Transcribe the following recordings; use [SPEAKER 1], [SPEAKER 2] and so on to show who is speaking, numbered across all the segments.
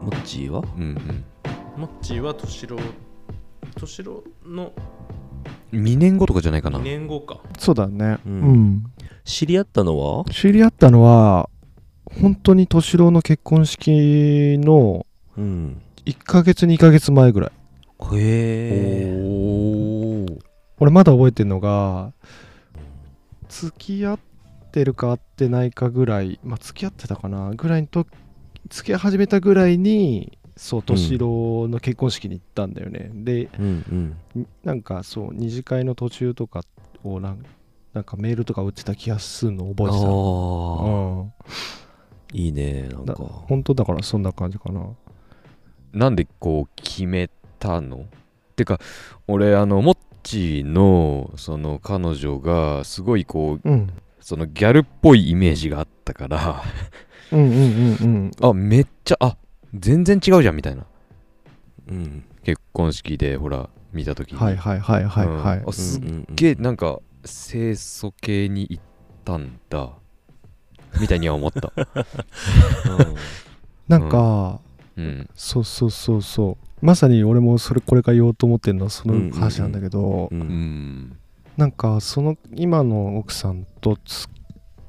[SPEAKER 1] モッチーは
[SPEAKER 2] うん
[SPEAKER 3] モッチーは敏郎敏郎の
[SPEAKER 2] うん、2年後とかじゃないかな
[SPEAKER 3] 2年後か
[SPEAKER 4] そうだね、
[SPEAKER 3] う
[SPEAKER 4] うんん
[SPEAKER 1] 知り合ったのは
[SPEAKER 4] 知り合ったのは本当に敏郎の結婚式の
[SPEAKER 1] うん
[SPEAKER 4] 1ヶ月2ヶ月前ぐらい
[SPEAKER 1] へえ
[SPEAKER 2] おー
[SPEAKER 4] 俺まだ覚えてるのが付き合ってるか会ってないかぐらいまあ付き合ってたかなぐらいのと付き合い始めたぐらいにそう敏郎の結婚式に行ったんだよね、で
[SPEAKER 1] うん
[SPEAKER 4] なんかそう二次会の途中とかをなんなんかメールとか打ってた気がするの
[SPEAKER 1] うん
[SPEAKER 4] 覚えてたの
[SPEAKER 1] ああ
[SPEAKER 4] うん
[SPEAKER 1] いいねなん
[SPEAKER 4] だ
[SPEAKER 1] か
[SPEAKER 4] 本当だからそんな感じかな
[SPEAKER 2] なんでこう決めたのてか俺あのモッチーのその彼女がすごいこう
[SPEAKER 4] うん
[SPEAKER 2] そのギャルっぽいイメージがあったから
[SPEAKER 4] うんうんうん
[SPEAKER 2] あめっちゃあ全然違うじゃんみたいな
[SPEAKER 1] うん
[SPEAKER 2] 結婚式でほら見た時
[SPEAKER 4] うん
[SPEAKER 2] に
[SPEAKER 4] はいはいはいはい
[SPEAKER 2] うん
[SPEAKER 4] はい、
[SPEAKER 2] あすっ
[SPEAKER 1] うんうん
[SPEAKER 2] げえなんか清楚系に行ったんだみたいには思った、
[SPEAKER 4] なんか、
[SPEAKER 2] うん、
[SPEAKER 4] そうそうそうそうまさに俺もそれこれから言おうと思ってるのはそ
[SPEAKER 1] うんうんうん
[SPEAKER 4] の話なんだけど、
[SPEAKER 1] うんう
[SPEAKER 2] うんん
[SPEAKER 4] なんかその今の奥さんとつ、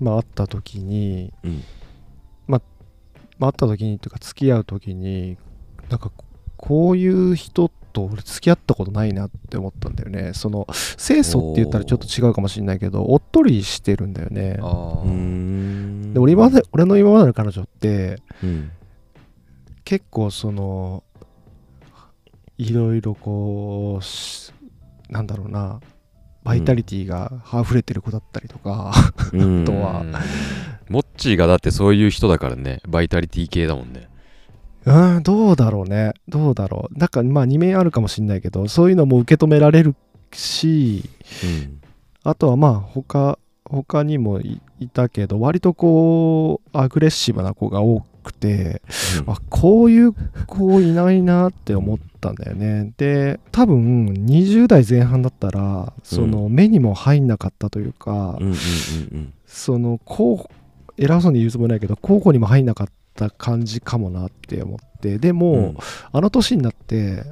[SPEAKER 4] まあ、会った時に、
[SPEAKER 1] うん
[SPEAKER 4] まあまあ、会った時にというか付き合う時になんかここういう人と俺付き合ったことないなって思ったんだよねその清楚って言ったらちょっと違うかもしれないけどおっとりしてるんだよね
[SPEAKER 2] あ
[SPEAKER 1] う
[SPEAKER 2] ー
[SPEAKER 1] ん
[SPEAKER 4] で俺今まで俺の今までの彼女って
[SPEAKER 1] うん
[SPEAKER 4] 結構そのいろいろこうしなんだろうなバイタリティが溢れてる子だったりとか、
[SPEAKER 1] うん
[SPEAKER 4] とは
[SPEAKER 2] うんモッチーがだってそういう人だからねバイタリティ系だもんね
[SPEAKER 4] うん、どうだろうね。どうだろう。なんか、まあ、2面あるかもしれないけど、そういうのも受け止められるし、
[SPEAKER 1] うん
[SPEAKER 4] あとはまあ、他、他にもいいたけど、割とこう、アグレッシブな子が多くて、あ、こういう子いないなって思ったんだよね。で、多分、20代前半だったら、その、目にも入んなかったというか、
[SPEAKER 1] うんうんうん
[SPEAKER 4] その、候補、偉そうに言うつもりないけど、候補にも入んなかった感じかもなって思って、でも、
[SPEAKER 1] うんうん
[SPEAKER 4] あの年になって、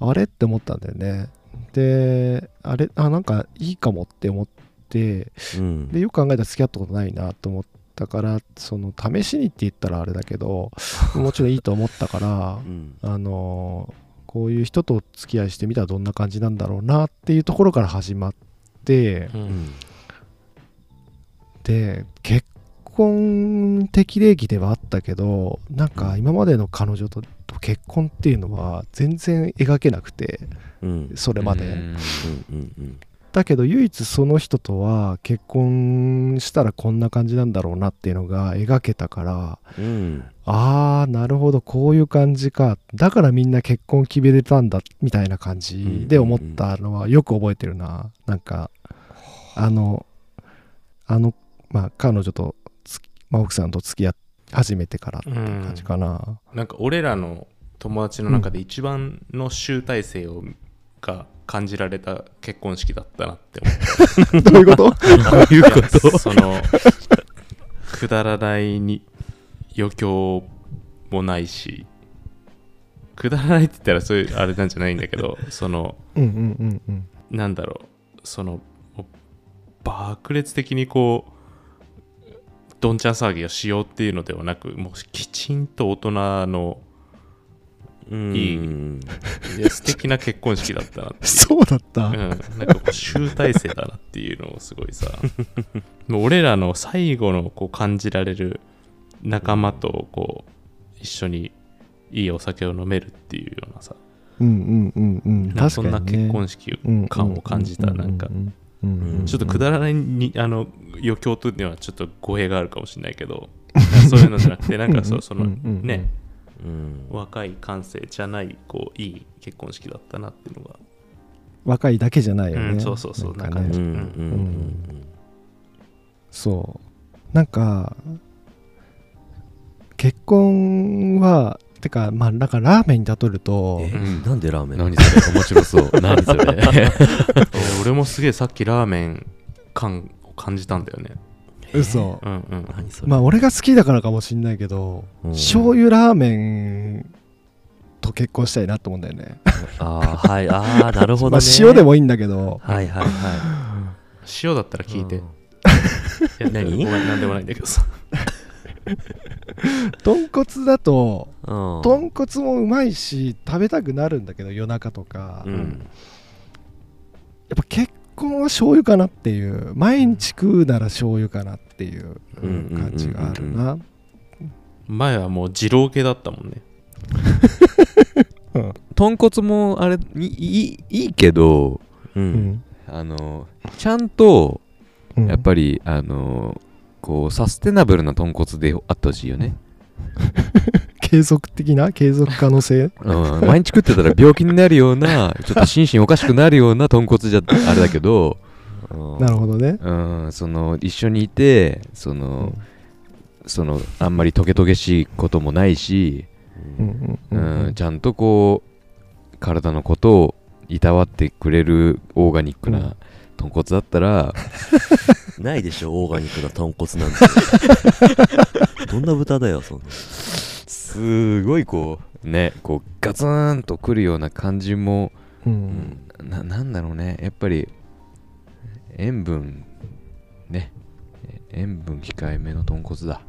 [SPEAKER 4] あれって思ったんだよね。で、あれ、あ、なんかいいかもって思って、
[SPEAKER 1] うん
[SPEAKER 4] で、よく考えたら付き合ったことないなと思ったから、その、試しにって言ったらあれだけど、 もちろんいいと思ったから
[SPEAKER 1] う、ん
[SPEAKER 4] あのーこういう人と付き合いしてみたらどんな感じなんだろうなっていうところから始まって、
[SPEAKER 3] う
[SPEAKER 1] うんん
[SPEAKER 4] で、結婚的礼儀ではあったけど、なんか今までの彼女とと結婚っていうのは全然描けなくて、
[SPEAKER 1] うん
[SPEAKER 4] それまで。
[SPEAKER 2] うん
[SPEAKER 1] うんうん
[SPEAKER 4] だけど唯一その人とは結婚したらこんな感じなんだろうなっていうのが描けたから
[SPEAKER 1] うん
[SPEAKER 4] あーなるほどこういう感じかだからみんな結婚決めれたんだみたいな感じで思ったのはよく覚えてるななんかあのあのまあ彼女とつき、まあ、奥さんと付き合い始めてからっていう感じかな、
[SPEAKER 3] なんか俺らの友達の中で一番の集大成をが感じられた結婚式だったなって思う
[SPEAKER 4] どういうこと
[SPEAKER 3] いうこと そのくだらないに余興もないしくだらないって言ったらそういうあれなんじゃないんだけ どその
[SPEAKER 4] うんうんうんうん
[SPEAKER 3] なんだろうそのもう爆裂的にこうどんちゃん騒ぎをしようっていうのではなくもうきちんと大人の
[SPEAKER 1] うん
[SPEAKER 3] いいいや素敵な結婚式だったなっていう
[SPEAKER 4] そうだった、
[SPEAKER 3] うん、なんかこう集大成だなっていうのをすごいさもう俺らの最後のこう感じられる仲間とこう一緒にいいお酒を飲めるっていうようなさ
[SPEAKER 4] うんうんうんうん確かに、ね、
[SPEAKER 3] そんな結婚式感を感じたなんか
[SPEAKER 4] うん
[SPEAKER 3] ちょっとくだらないにあの余興というのはちょっと語弊があるかもしれないけどそういうのじゃなくてなんかそうその
[SPEAKER 4] うんうんうん
[SPEAKER 3] ね
[SPEAKER 1] うん
[SPEAKER 3] 若い感性じゃないこういい結婚式だったなっていうのが、
[SPEAKER 4] 若いだけじゃないよね、
[SPEAKER 3] うんそうそうそう
[SPEAKER 4] なん
[SPEAKER 3] な
[SPEAKER 4] か
[SPEAKER 3] ん
[SPEAKER 1] う
[SPEAKER 4] ね
[SPEAKER 3] か
[SPEAKER 1] んうん
[SPEAKER 4] そうなんか結婚はてかまあなんかラーメンに例えると
[SPEAKER 1] え
[SPEAKER 3] うん
[SPEAKER 1] なんでラーメン
[SPEAKER 2] 何それ面白そう何それ
[SPEAKER 3] 俺もすげえさっきラーメン感を感じたんだよね
[SPEAKER 1] へ
[SPEAKER 4] 嘘
[SPEAKER 3] うんうん。
[SPEAKER 1] 何それ、
[SPEAKER 4] まあ俺が好きだからかもしんないけど、
[SPEAKER 1] うん
[SPEAKER 4] 醤油ラーメンと結婚したいなと思うんだよね
[SPEAKER 1] ああはいああなるほど、
[SPEAKER 4] まあ
[SPEAKER 1] ね、
[SPEAKER 4] 塩でもいいんだけど
[SPEAKER 1] はいはいは
[SPEAKER 3] 塩だったら聞いて。い
[SPEAKER 2] うん
[SPEAKER 3] や
[SPEAKER 1] 何
[SPEAKER 3] ごめん、なんでもないんだけどさ。
[SPEAKER 4] 豚骨だと
[SPEAKER 1] いうん
[SPEAKER 4] 豚骨もうまいし食べたくなるんだけど夜中とか、
[SPEAKER 1] う
[SPEAKER 4] やっ
[SPEAKER 1] ん
[SPEAKER 4] ぱ結婚は醤油かなっていう毎日食うなら醤油かなっていう
[SPEAKER 1] うん
[SPEAKER 4] 感じがあるな、
[SPEAKER 3] 前はもう二郎系だったもんね。
[SPEAKER 2] 豚骨もあれいいいいけど
[SPEAKER 1] う
[SPEAKER 4] うんん
[SPEAKER 2] あのちゃんと
[SPEAKER 4] うん
[SPEAKER 2] やっぱり、あのこうサステナブルな豚骨であってほしいよね、
[SPEAKER 4] 継続的な継続可能 性
[SPEAKER 2] うん、毎日食ってたら病気になるようなちょっと心身おかしくなるような豚骨じゃあれだけど、
[SPEAKER 1] うん
[SPEAKER 4] なるほどね、
[SPEAKER 2] うん、その一緒にいてその、そのあんまりトゲトゲしいこともないし、
[SPEAKER 4] うんうん
[SPEAKER 2] う
[SPEAKER 4] うんんうん
[SPEAKER 2] ちゃんとこう体のことをいたわってくれるオーガニック
[SPEAKER 4] う
[SPEAKER 2] なん豚骨だったら、
[SPEAKER 1] ないでしょオーガニックな豚骨なんてどんな豚だよそんな
[SPEAKER 2] すごいこうねこうガツンとくるような感じも
[SPEAKER 4] う
[SPEAKER 1] うんん
[SPEAKER 2] ななんだろうねやっぱり塩分ね塩分控えめの豚骨だ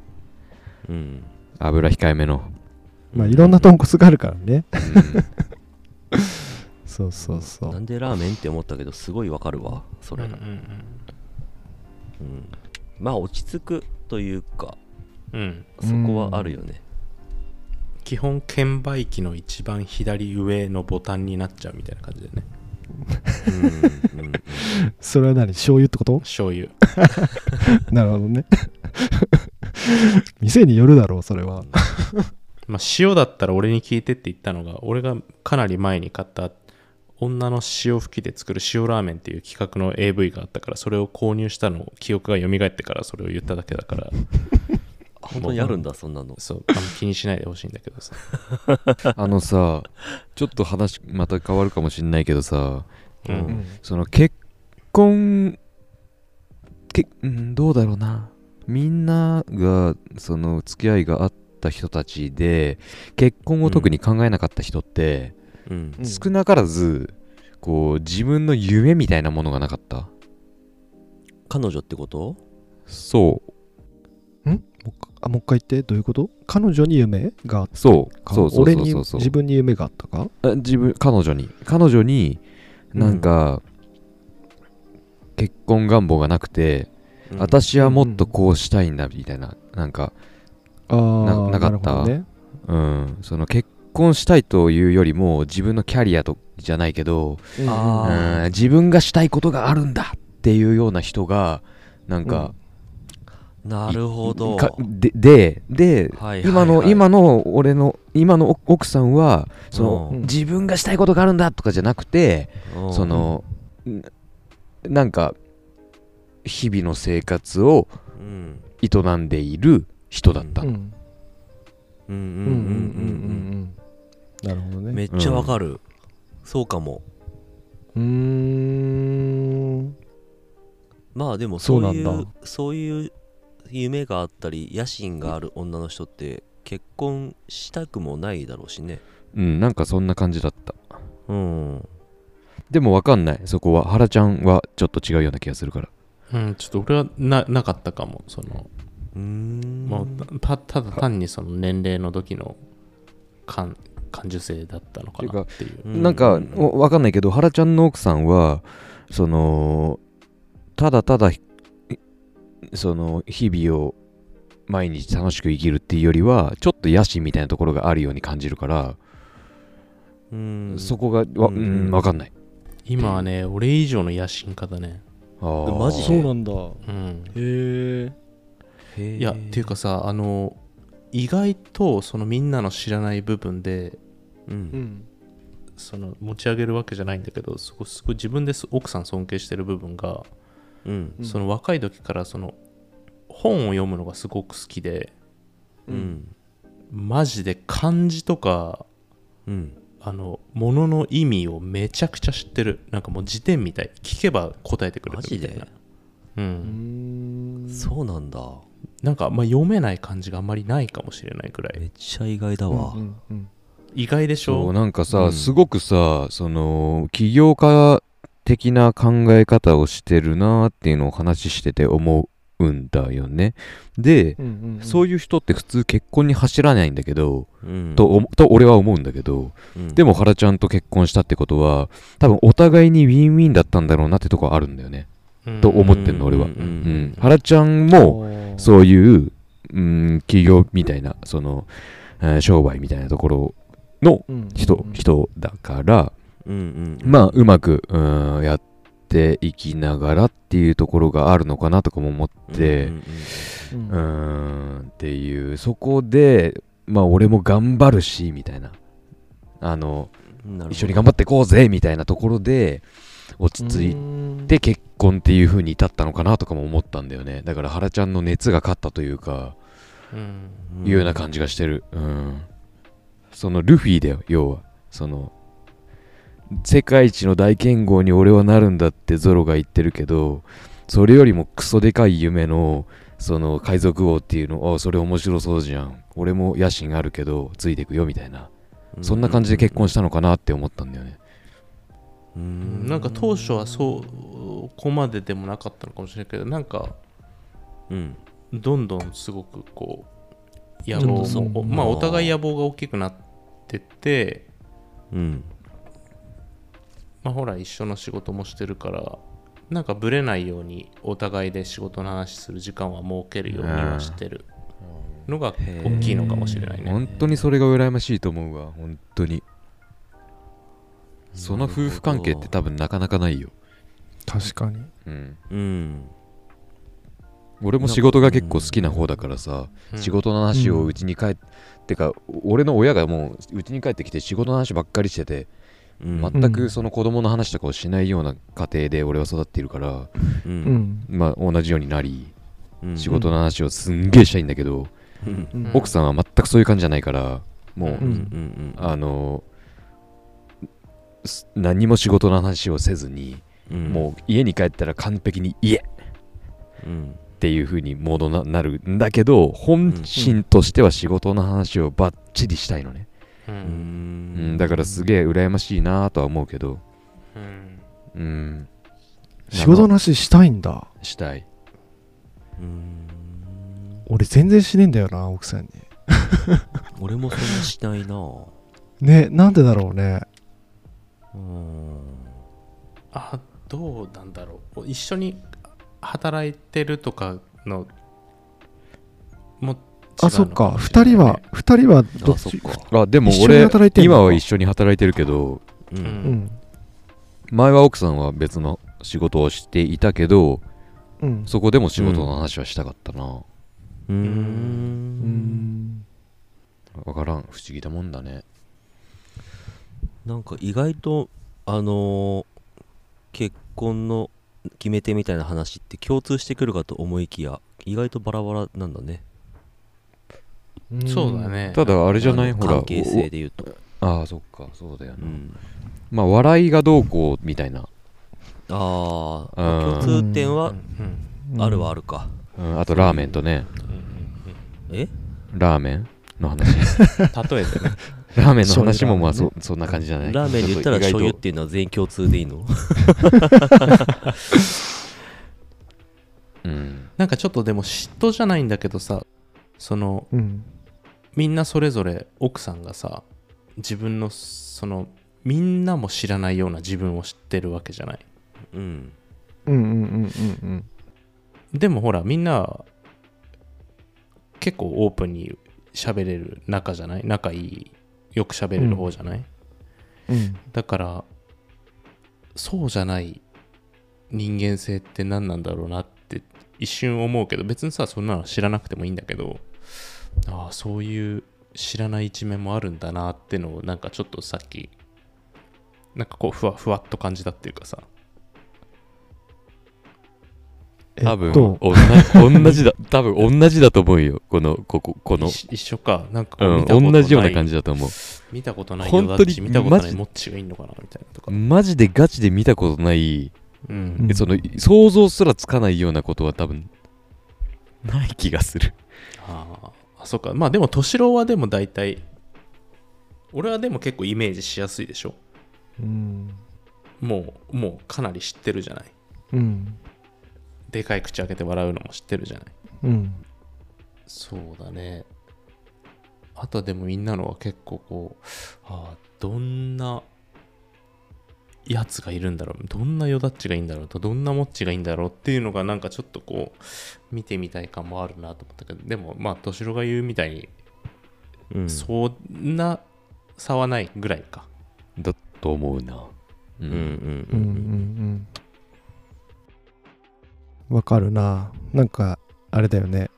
[SPEAKER 1] うん
[SPEAKER 2] 油控えめ の、
[SPEAKER 4] まあいろんな豚骨があるからね
[SPEAKER 2] う
[SPEAKER 4] そうそうそ
[SPEAKER 1] な
[SPEAKER 4] うん
[SPEAKER 1] でラーメンって思ったけどすごいわかるわそれが、うんまあ落ち着くというか
[SPEAKER 3] うん。うん。
[SPEAKER 1] そこはあるよね、
[SPEAKER 3] 基本、券売機の一番左上のボタンになっちゃうみたいな感じでね。
[SPEAKER 1] うんうん
[SPEAKER 4] それは何醤油ってこと
[SPEAKER 3] 醤油。
[SPEAKER 4] なるほどね 店によるだろうそれは
[SPEAKER 3] まあ、塩だったら俺に聞いてって言ったのが俺がかなり前に買った女の塩吹きで作る塩ラーメンっていう企画の AV があったからそれを購入したのを記憶が蘇ってからそれを言っただけだから
[SPEAKER 1] 本当にあるんだそんなの
[SPEAKER 3] そうあの気にしないでほしいんだけどさ、
[SPEAKER 2] んあのさちょっと話また変わるかもしんないけどさ
[SPEAKER 3] うん
[SPEAKER 1] うん
[SPEAKER 2] その結婚けうんどうだろうなみんながその付き合いがあった人たちで結婚を特に考えなかった人って、
[SPEAKER 4] う
[SPEAKER 1] うん
[SPEAKER 4] ん
[SPEAKER 2] 少なからずこう自分の夢みたいなものがなかった
[SPEAKER 1] 彼女ってこと
[SPEAKER 2] そう
[SPEAKER 4] あもう一回言ってどういうこと彼女に夢があった
[SPEAKER 2] そう
[SPEAKER 4] か
[SPEAKER 2] そうそう
[SPEAKER 4] 俺
[SPEAKER 2] そう
[SPEAKER 4] に
[SPEAKER 2] そうそう
[SPEAKER 4] 自分に夢があったか
[SPEAKER 2] あ自分彼女に彼女になんか、結婚願望がなくて、
[SPEAKER 1] うん
[SPEAKER 2] 私はもっとこうしたいんだみたいななんか
[SPEAKER 4] あ
[SPEAKER 2] な
[SPEAKER 4] ー
[SPEAKER 2] なかった
[SPEAKER 4] るほどね
[SPEAKER 2] うんその結婚したいというよりも自分のキャリアとじゃないけど、
[SPEAKER 4] うん
[SPEAKER 1] あー
[SPEAKER 2] うん自分がしたいことがあるんだっていうような人がなんか,、
[SPEAKER 1] ないるほど
[SPEAKER 2] かででで
[SPEAKER 1] はいはいは
[SPEAKER 2] 今
[SPEAKER 1] い
[SPEAKER 2] の今の俺の今の奥さんはその、
[SPEAKER 1] うん
[SPEAKER 2] 自分がしたいことがあるんだとかじゃなくて、
[SPEAKER 1] うん
[SPEAKER 2] そのんなんか日々の生活を
[SPEAKER 1] うん
[SPEAKER 2] 営んでいる人だった、
[SPEAKER 4] う
[SPEAKER 2] うん
[SPEAKER 4] ん
[SPEAKER 1] うんう
[SPEAKER 4] う
[SPEAKER 1] んうん
[SPEAKER 4] んうんうんうん
[SPEAKER 1] うん
[SPEAKER 4] うんなるほど
[SPEAKER 1] うんめ
[SPEAKER 4] ね
[SPEAKER 1] っちゃわかるそうかも
[SPEAKER 4] うーん
[SPEAKER 1] まあでも
[SPEAKER 4] そ
[SPEAKER 1] そうう
[SPEAKER 4] なん
[SPEAKER 1] い
[SPEAKER 4] だ
[SPEAKER 1] うそういう夢があったり野心がある女の人って結婚したくもないだろうしね
[SPEAKER 2] なんかそんな感じだった
[SPEAKER 1] うん
[SPEAKER 2] でもわかんないそこは原ちゃんはちょっと違うような気がするから
[SPEAKER 3] うん、ちょっと俺はななかったかもその、
[SPEAKER 1] うーん
[SPEAKER 3] もうたただ単にその年齢の時の感感受性だったのかなっていう
[SPEAKER 1] う
[SPEAKER 2] なんかおわかんないけど原ちゃんの奥さんはそのただただひその日々を毎日楽しく生きるっていうよりはちょっと野心みたいなところがあるように感じるから、
[SPEAKER 1] うん
[SPEAKER 2] そこがわ,、う
[SPEAKER 1] うんん
[SPEAKER 2] わかんない
[SPEAKER 3] 今はね俺以上の野心家だね
[SPEAKER 2] あー
[SPEAKER 1] マジでそうなん
[SPEAKER 4] だ
[SPEAKER 3] うん
[SPEAKER 4] へえ
[SPEAKER 1] へー
[SPEAKER 3] いやっていうかさあの意外とそのみんなの知らない部分で
[SPEAKER 1] う
[SPEAKER 4] うんん
[SPEAKER 3] その持ち上げるわけじゃないんだけどすごいすごい自分です奥さん尊敬してる部分が、
[SPEAKER 1] うん
[SPEAKER 4] うん
[SPEAKER 3] その若い時からその本を読むのがすごく好きで
[SPEAKER 1] うん
[SPEAKER 3] マジで漢字とか
[SPEAKER 1] うん
[SPEAKER 3] あのものの意味をめちゃくちゃ知ってるなんかもう辞典みたい聞けば答えてくれるみたいな
[SPEAKER 1] マジで
[SPEAKER 3] う
[SPEAKER 4] うんん
[SPEAKER 1] そうなんだ
[SPEAKER 3] なんかあんま読めない感じがあんまりないかもしれないくら
[SPEAKER 1] め
[SPEAKER 3] い
[SPEAKER 1] っちゃ意外だわ、
[SPEAKER 4] うんうん
[SPEAKER 3] 意外でし
[SPEAKER 2] そ
[SPEAKER 3] ょ
[SPEAKER 2] うなんかさ、
[SPEAKER 1] うん
[SPEAKER 2] すごくさその起業家的な考え方をしてるなーっていうのを話してて思うんだよねで、
[SPEAKER 4] うんうんうん
[SPEAKER 2] そういう人って普通結婚に走らないんだけど、
[SPEAKER 1] うん
[SPEAKER 2] と、思と俺は思うんだけど
[SPEAKER 1] うん
[SPEAKER 2] でも原ちゃんと結婚したってことは多分お互いにウィンウィンだったんだろうなってとこあるんだよね、
[SPEAKER 3] うん
[SPEAKER 2] と思ってんの俺は
[SPEAKER 3] うん
[SPEAKER 2] う
[SPEAKER 1] うん
[SPEAKER 2] ん、原ちゃんも
[SPEAKER 4] も
[SPEAKER 2] そういう、うん、企業みたいな、その、えー商売みたいなところの
[SPEAKER 4] うん
[SPEAKER 2] 人、
[SPEAKER 4] うん
[SPEAKER 2] 人だから、
[SPEAKER 1] うんうんうん
[SPEAKER 2] まあ、うまく、うん、やっていきながらっていうところがあるのかなとかも思って、
[SPEAKER 1] うんう
[SPEAKER 4] うん
[SPEAKER 1] ん
[SPEAKER 2] うーん、っていう、そこで、まあ、俺も頑張るし、みたいな。あの、
[SPEAKER 1] うんなるほど
[SPEAKER 2] 一緒に頑張っていこうぜ、みたいなところで、落ち着いて結婚っていう風に至ったのかなとかも思ったんだよね。だから、原ちゃんの熱が勝ったというか、
[SPEAKER 3] うん
[SPEAKER 1] うん
[SPEAKER 2] いうような感じがしてる。うん。そのルフィだよ、要は。その、世界一の大剣豪に俺はなるんだってゾロが言ってるけど、それよりもクソでかい夢の、その海賊王っていうの、あそれ面白そうじゃん。俺も野心あるけど、ついてくよみたいな。そんな感じで結婚したのかなって思ったんだよね。
[SPEAKER 1] う
[SPEAKER 3] うんんなんか当初はそうここまででもなかったのかもしれないけどなんか
[SPEAKER 1] うん
[SPEAKER 3] どんどんすごくこう野望
[SPEAKER 4] どん
[SPEAKER 3] も
[SPEAKER 4] どん
[SPEAKER 3] まあお互い野望が大きくなってって
[SPEAKER 1] うん
[SPEAKER 3] まあほら一緒の仕事もしてるからなんかブレないようにお互いで仕事の話する時間は設けるようにはしてるのが大きいのかもしれないね。
[SPEAKER 2] 本当にそれが羨ましいと思うわ、本当に。その夫婦関係って多分なかなかないよ。
[SPEAKER 4] 確かに
[SPEAKER 2] うん。
[SPEAKER 1] うん
[SPEAKER 2] 俺も仕事が結構好きな方だからさ、
[SPEAKER 3] うん
[SPEAKER 2] 仕事の話をうちに帰って、か俺の親がもううちに帰ってきて仕事の話ばっかりしてて、
[SPEAKER 1] うん
[SPEAKER 2] 全くその子供の話とかをしないような家庭で俺は育っているから、
[SPEAKER 1] う
[SPEAKER 4] うんん
[SPEAKER 2] まあ同じようになり
[SPEAKER 1] うん
[SPEAKER 2] 仕事の話をすんげえしたいんだけど、
[SPEAKER 1] うん
[SPEAKER 4] うん
[SPEAKER 2] 奥さんは全くそういう感じじゃないからもう、
[SPEAKER 1] うんうん
[SPEAKER 2] あのす何も仕事の話をせずに、
[SPEAKER 1] うん
[SPEAKER 2] もう家に帰ったら完璧に家
[SPEAKER 1] うん
[SPEAKER 2] っていう風にモードななるんだけど本心としては仕事の話をバッチリしたいのね、
[SPEAKER 3] う
[SPEAKER 1] うん
[SPEAKER 2] うんんだからすげえ羨ましいなとは思うけど
[SPEAKER 3] うん
[SPEAKER 2] うん
[SPEAKER 4] 仕事の話したいんだ
[SPEAKER 2] したい
[SPEAKER 1] うん
[SPEAKER 4] 俺全然しねえんだよな奥さんに
[SPEAKER 1] 俺もそんなしないな
[SPEAKER 4] ねなんでだろうね
[SPEAKER 1] うん
[SPEAKER 3] あどうなんだろう一緒に働いてるとかのも
[SPEAKER 4] あそっか2人は2人はど
[SPEAKER 1] あ
[SPEAKER 4] っ
[SPEAKER 1] そっ
[SPEAKER 4] ち
[SPEAKER 1] か
[SPEAKER 2] あでも
[SPEAKER 4] 一緒に
[SPEAKER 2] 俺
[SPEAKER 4] 働いてんのか
[SPEAKER 2] 今は一緒に働いてるけど
[SPEAKER 1] う
[SPEAKER 3] うん
[SPEAKER 1] ん
[SPEAKER 4] うん
[SPEAKER 2] 前は奥さんは別の仕事をしていたけど
[SPEAKER 4] うん
[SPEAKER 2] そこでも仕事の話はしたかったな、
[SPEAKER 4] う
[SPEAKER 1] う
[SPEAKER 4] んん
[SPEAKER 2] わからん不思議だもんだね
[SPEAKER 1] なんか意外とあのー結婚の決め手みたいな話って共通してくるかと思いきや意外とバラバラなんだね
[SPEAKER 3] そうだね
[SPEAKER 2] ただあれじゃない
[SPEAKER 1] あの
[SPEAKER 2] ほら
[SPEAKER 1] 関係性で言うと
[SPEAKER 2] おああそっかそうだよな、
[SPEAKER 1] うん
[SPEAKER 2] まあ笑いがどうこうみたいな、
[SPEAKER 1] ああ
[SPEAKER 2] うん
[SPEAKER 1] 共通点は
[SPEAKER 3] うん
[SPEAKER 1] あるはあ
[SPEAKER 4] る
[SPEAKER 1] るか
[SPEAKER 2] うん、あとラーメンとね
[SPEAKER 1] え
[SPEAKER 2] ラーメンの話
[SPEAKER 3] 例えてね
[SPEAKER 2] ラーメンの話もまあそそんな感じじゃない
[SPEAKER 1] ラーメンで言ったら
[SPEAKER 2] ちょ
[SPEAKER 1] 醤
[SPEAKER 2] と意
[SPEAKER 1] 油
[SPEAKER 2] 外
[SPEAKER 1] っ
[SPEAKER 2] と
[SPEAKER 1] ていうのは全員共通でいいの
[SPEAKER 2] うん
[SPEAKER 3] なんかちょっとでも嫉妬じゃないんだけどさその
[SPEAKER 4] うん
[SPEAKER 3] みんなそれぞれ奥さんがさ自分のそのみんなも知らないような自分を知ってるわけじゃない
[SPEAKER 1] うん
[SPEAKER 4] うんうんうんうん
[SPEAKER 3] でもほらみんなは結構オープンに喋れる仲じゃない仲いいよく喋れる方じゃない、
[SPEAKER 4] うんうん
[SPEAKER 3] だからそうじゃない人間性って何なんだろうなって一瞬思うけど別にさそんなの知らなくてもいいんだけどああそういう知らない一面もあるんだなってのをなんかちょっとさっきなんかこうふわふわっと感じたっていうかさ
[SPEAKER 2] 多分
[SPEAKER 4] えっと
[SPEAKER 2] 同じ同じだ 多分同じだと思うよこのこここの、
[SPEAKER 3] 一一緒かなんかこう見たこ
[SPEAKER 2] う
[SPEAKER 3] と
[SPEAKER 2] ん、同じような感
[SPEAKER 3] じ
[SPEAKER 2] じだと思
[SPEAKER 3] 見たことない
[SPEAKER 2] 本
[SPEAKER 3] よ
[SPEAKER 2] 当
[SPEAKER 3] だ
[SPEAKER 2] に
[SPEAKER 3] っち見たこと
[SPEAKER 2] マ
[SPEAKER 3] ない
[SPEAKER 2] ジ
[SPEAKER 3] もっちがいいのかなみたいなと
[SPEAKER 2] う
[SPEAKER 3] か
[SPEAKER 2] マジでガチで見たことない、
[SPEAKER 3] う
[SPEAKER 4] うん
[SPEAKER 2] その想像すらつかないようなことは多分ない気がする。
[SPEAKER 3] ああそっかまあでも敏郎はでも大体俺はでも結構イメージしやすいでしょ
[SPEAKER 4] うん
[SPEAKER 3] もうもうかなり知ってるじゃない
[SPEAKER 4] うん
[SPEAKER 3] でかい口開けて笑うのも知ってるじゃない
[SPEAKER 4] うん
[SPEAKER 3] そうだねあとはでもみんなのは結構こうああどんなやつがいるんだろうどんなよだっちがいいんだろうとどんなもっちがいいんだろうっていうのがなんかちょっとこう見てみたい感もあるなと思ったけどでもまあ敏郎が言うみたいに
[SPEAKER 1] うん、
[SPEAKER 3] そんな差はないぐらいか。
[SPEAKER 2] だと思うな。う
[SPEAKER 1] うんう
[SPEAKER 2] ん。
[SPEAKER 1] んう
[SPEAKER 4] うん
[SPEAKER 1] ん
[SPEAKER 4] うんうんわかるななんかあれだよね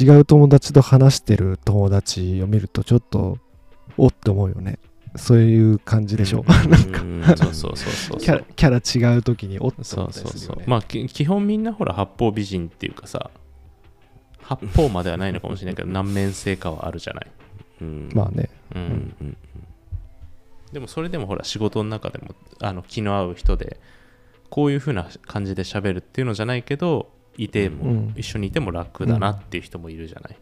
[SPEAKER 4] 違う友達と話してる友達を見るとちょっとおって思うよねそういう感じでしょ、
[SPEAKER 1] う
[SPEAKER 3] う
[SPEAKER 1] ん
[SPEAKER 3] ん
[SPEAKER 1] そ
[SPEAKER 3] そうう
[SPEAKER 1] そ
[SPEAKER 3] そううそうそう。
[SPEAKER 4] キャラキャラ違う時におって
[SPEAKER 3] そ
[SPEAKER 4] 思
[SPEAKER 3] う
[SPEAKER 4] った
[SPEAKER 3] そ
[SPEAKER 4] り
[SPEAKER 3] う
[SPEAKER 4] する
[SPEAKER 3] そ
[SPEAKER 4] よ
[SPEAKER 3] う
[SPEAKER 4] ね。
[SPEAKER 3] まあき基本みんなほら八方美人っていうかさ八方まではないのかもしれない けど難面性かはあるじゃない。
[SPEAKER 1] うん
[SPEAKER 4] まあね
[SPEAKER 3] うん
[SPEAKER 1] うんうん
[SPEAKER 3] でもそれでもほら仕事の中でもあの気の合う人でこういう風な感じで喋るっていうのじゃないけどいても、
[SPEAKER 4] うん
[SPEAKER 3] 一緒にいても楽だなっていう人もいるじゃない。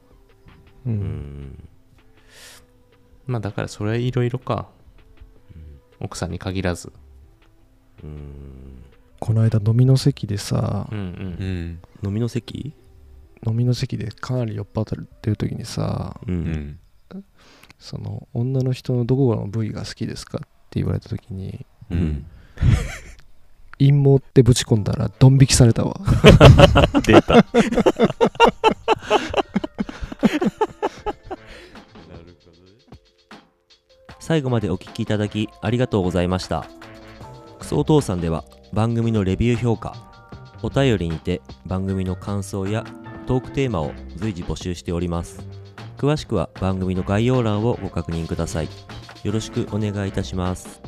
[SPEAKER 4] う
[SPEAKER 1] うんん
[SPEAKER 3] まあだからそれはいろいろか。奥さんに限らず。
[SPEAKER 1] うん
[SPEAKER 4] この間飲みの席でさ、
[SPEAKER 3] うんう。
[SPEAKER 2] うんん。
[SPEAKER 1] 飲みの席
[SPEAKER 4] 飲みの席でかなり酔っ払ってる時にさ
[SPEAKER 1] う
[SPEAKER 2] うんん。
[SPEAKER 4] その女の人のどこの部位が好きですかって言われた時に
[SPEAKER 2] うん。
[SPEAKER 4] 陰謀ってぶち込んだらドン引きされたわ
[SPEAKER 2] 出た。なるほど。
[SPEAKER 1] 最後までお聞きいただきありがとうございましたクソお父さんでは番組のレビュー評価お便りにて番組の感想やトークテーマを随時募集しております詳しくは番組の概要欄をご確認くださいよろしくお願いいたします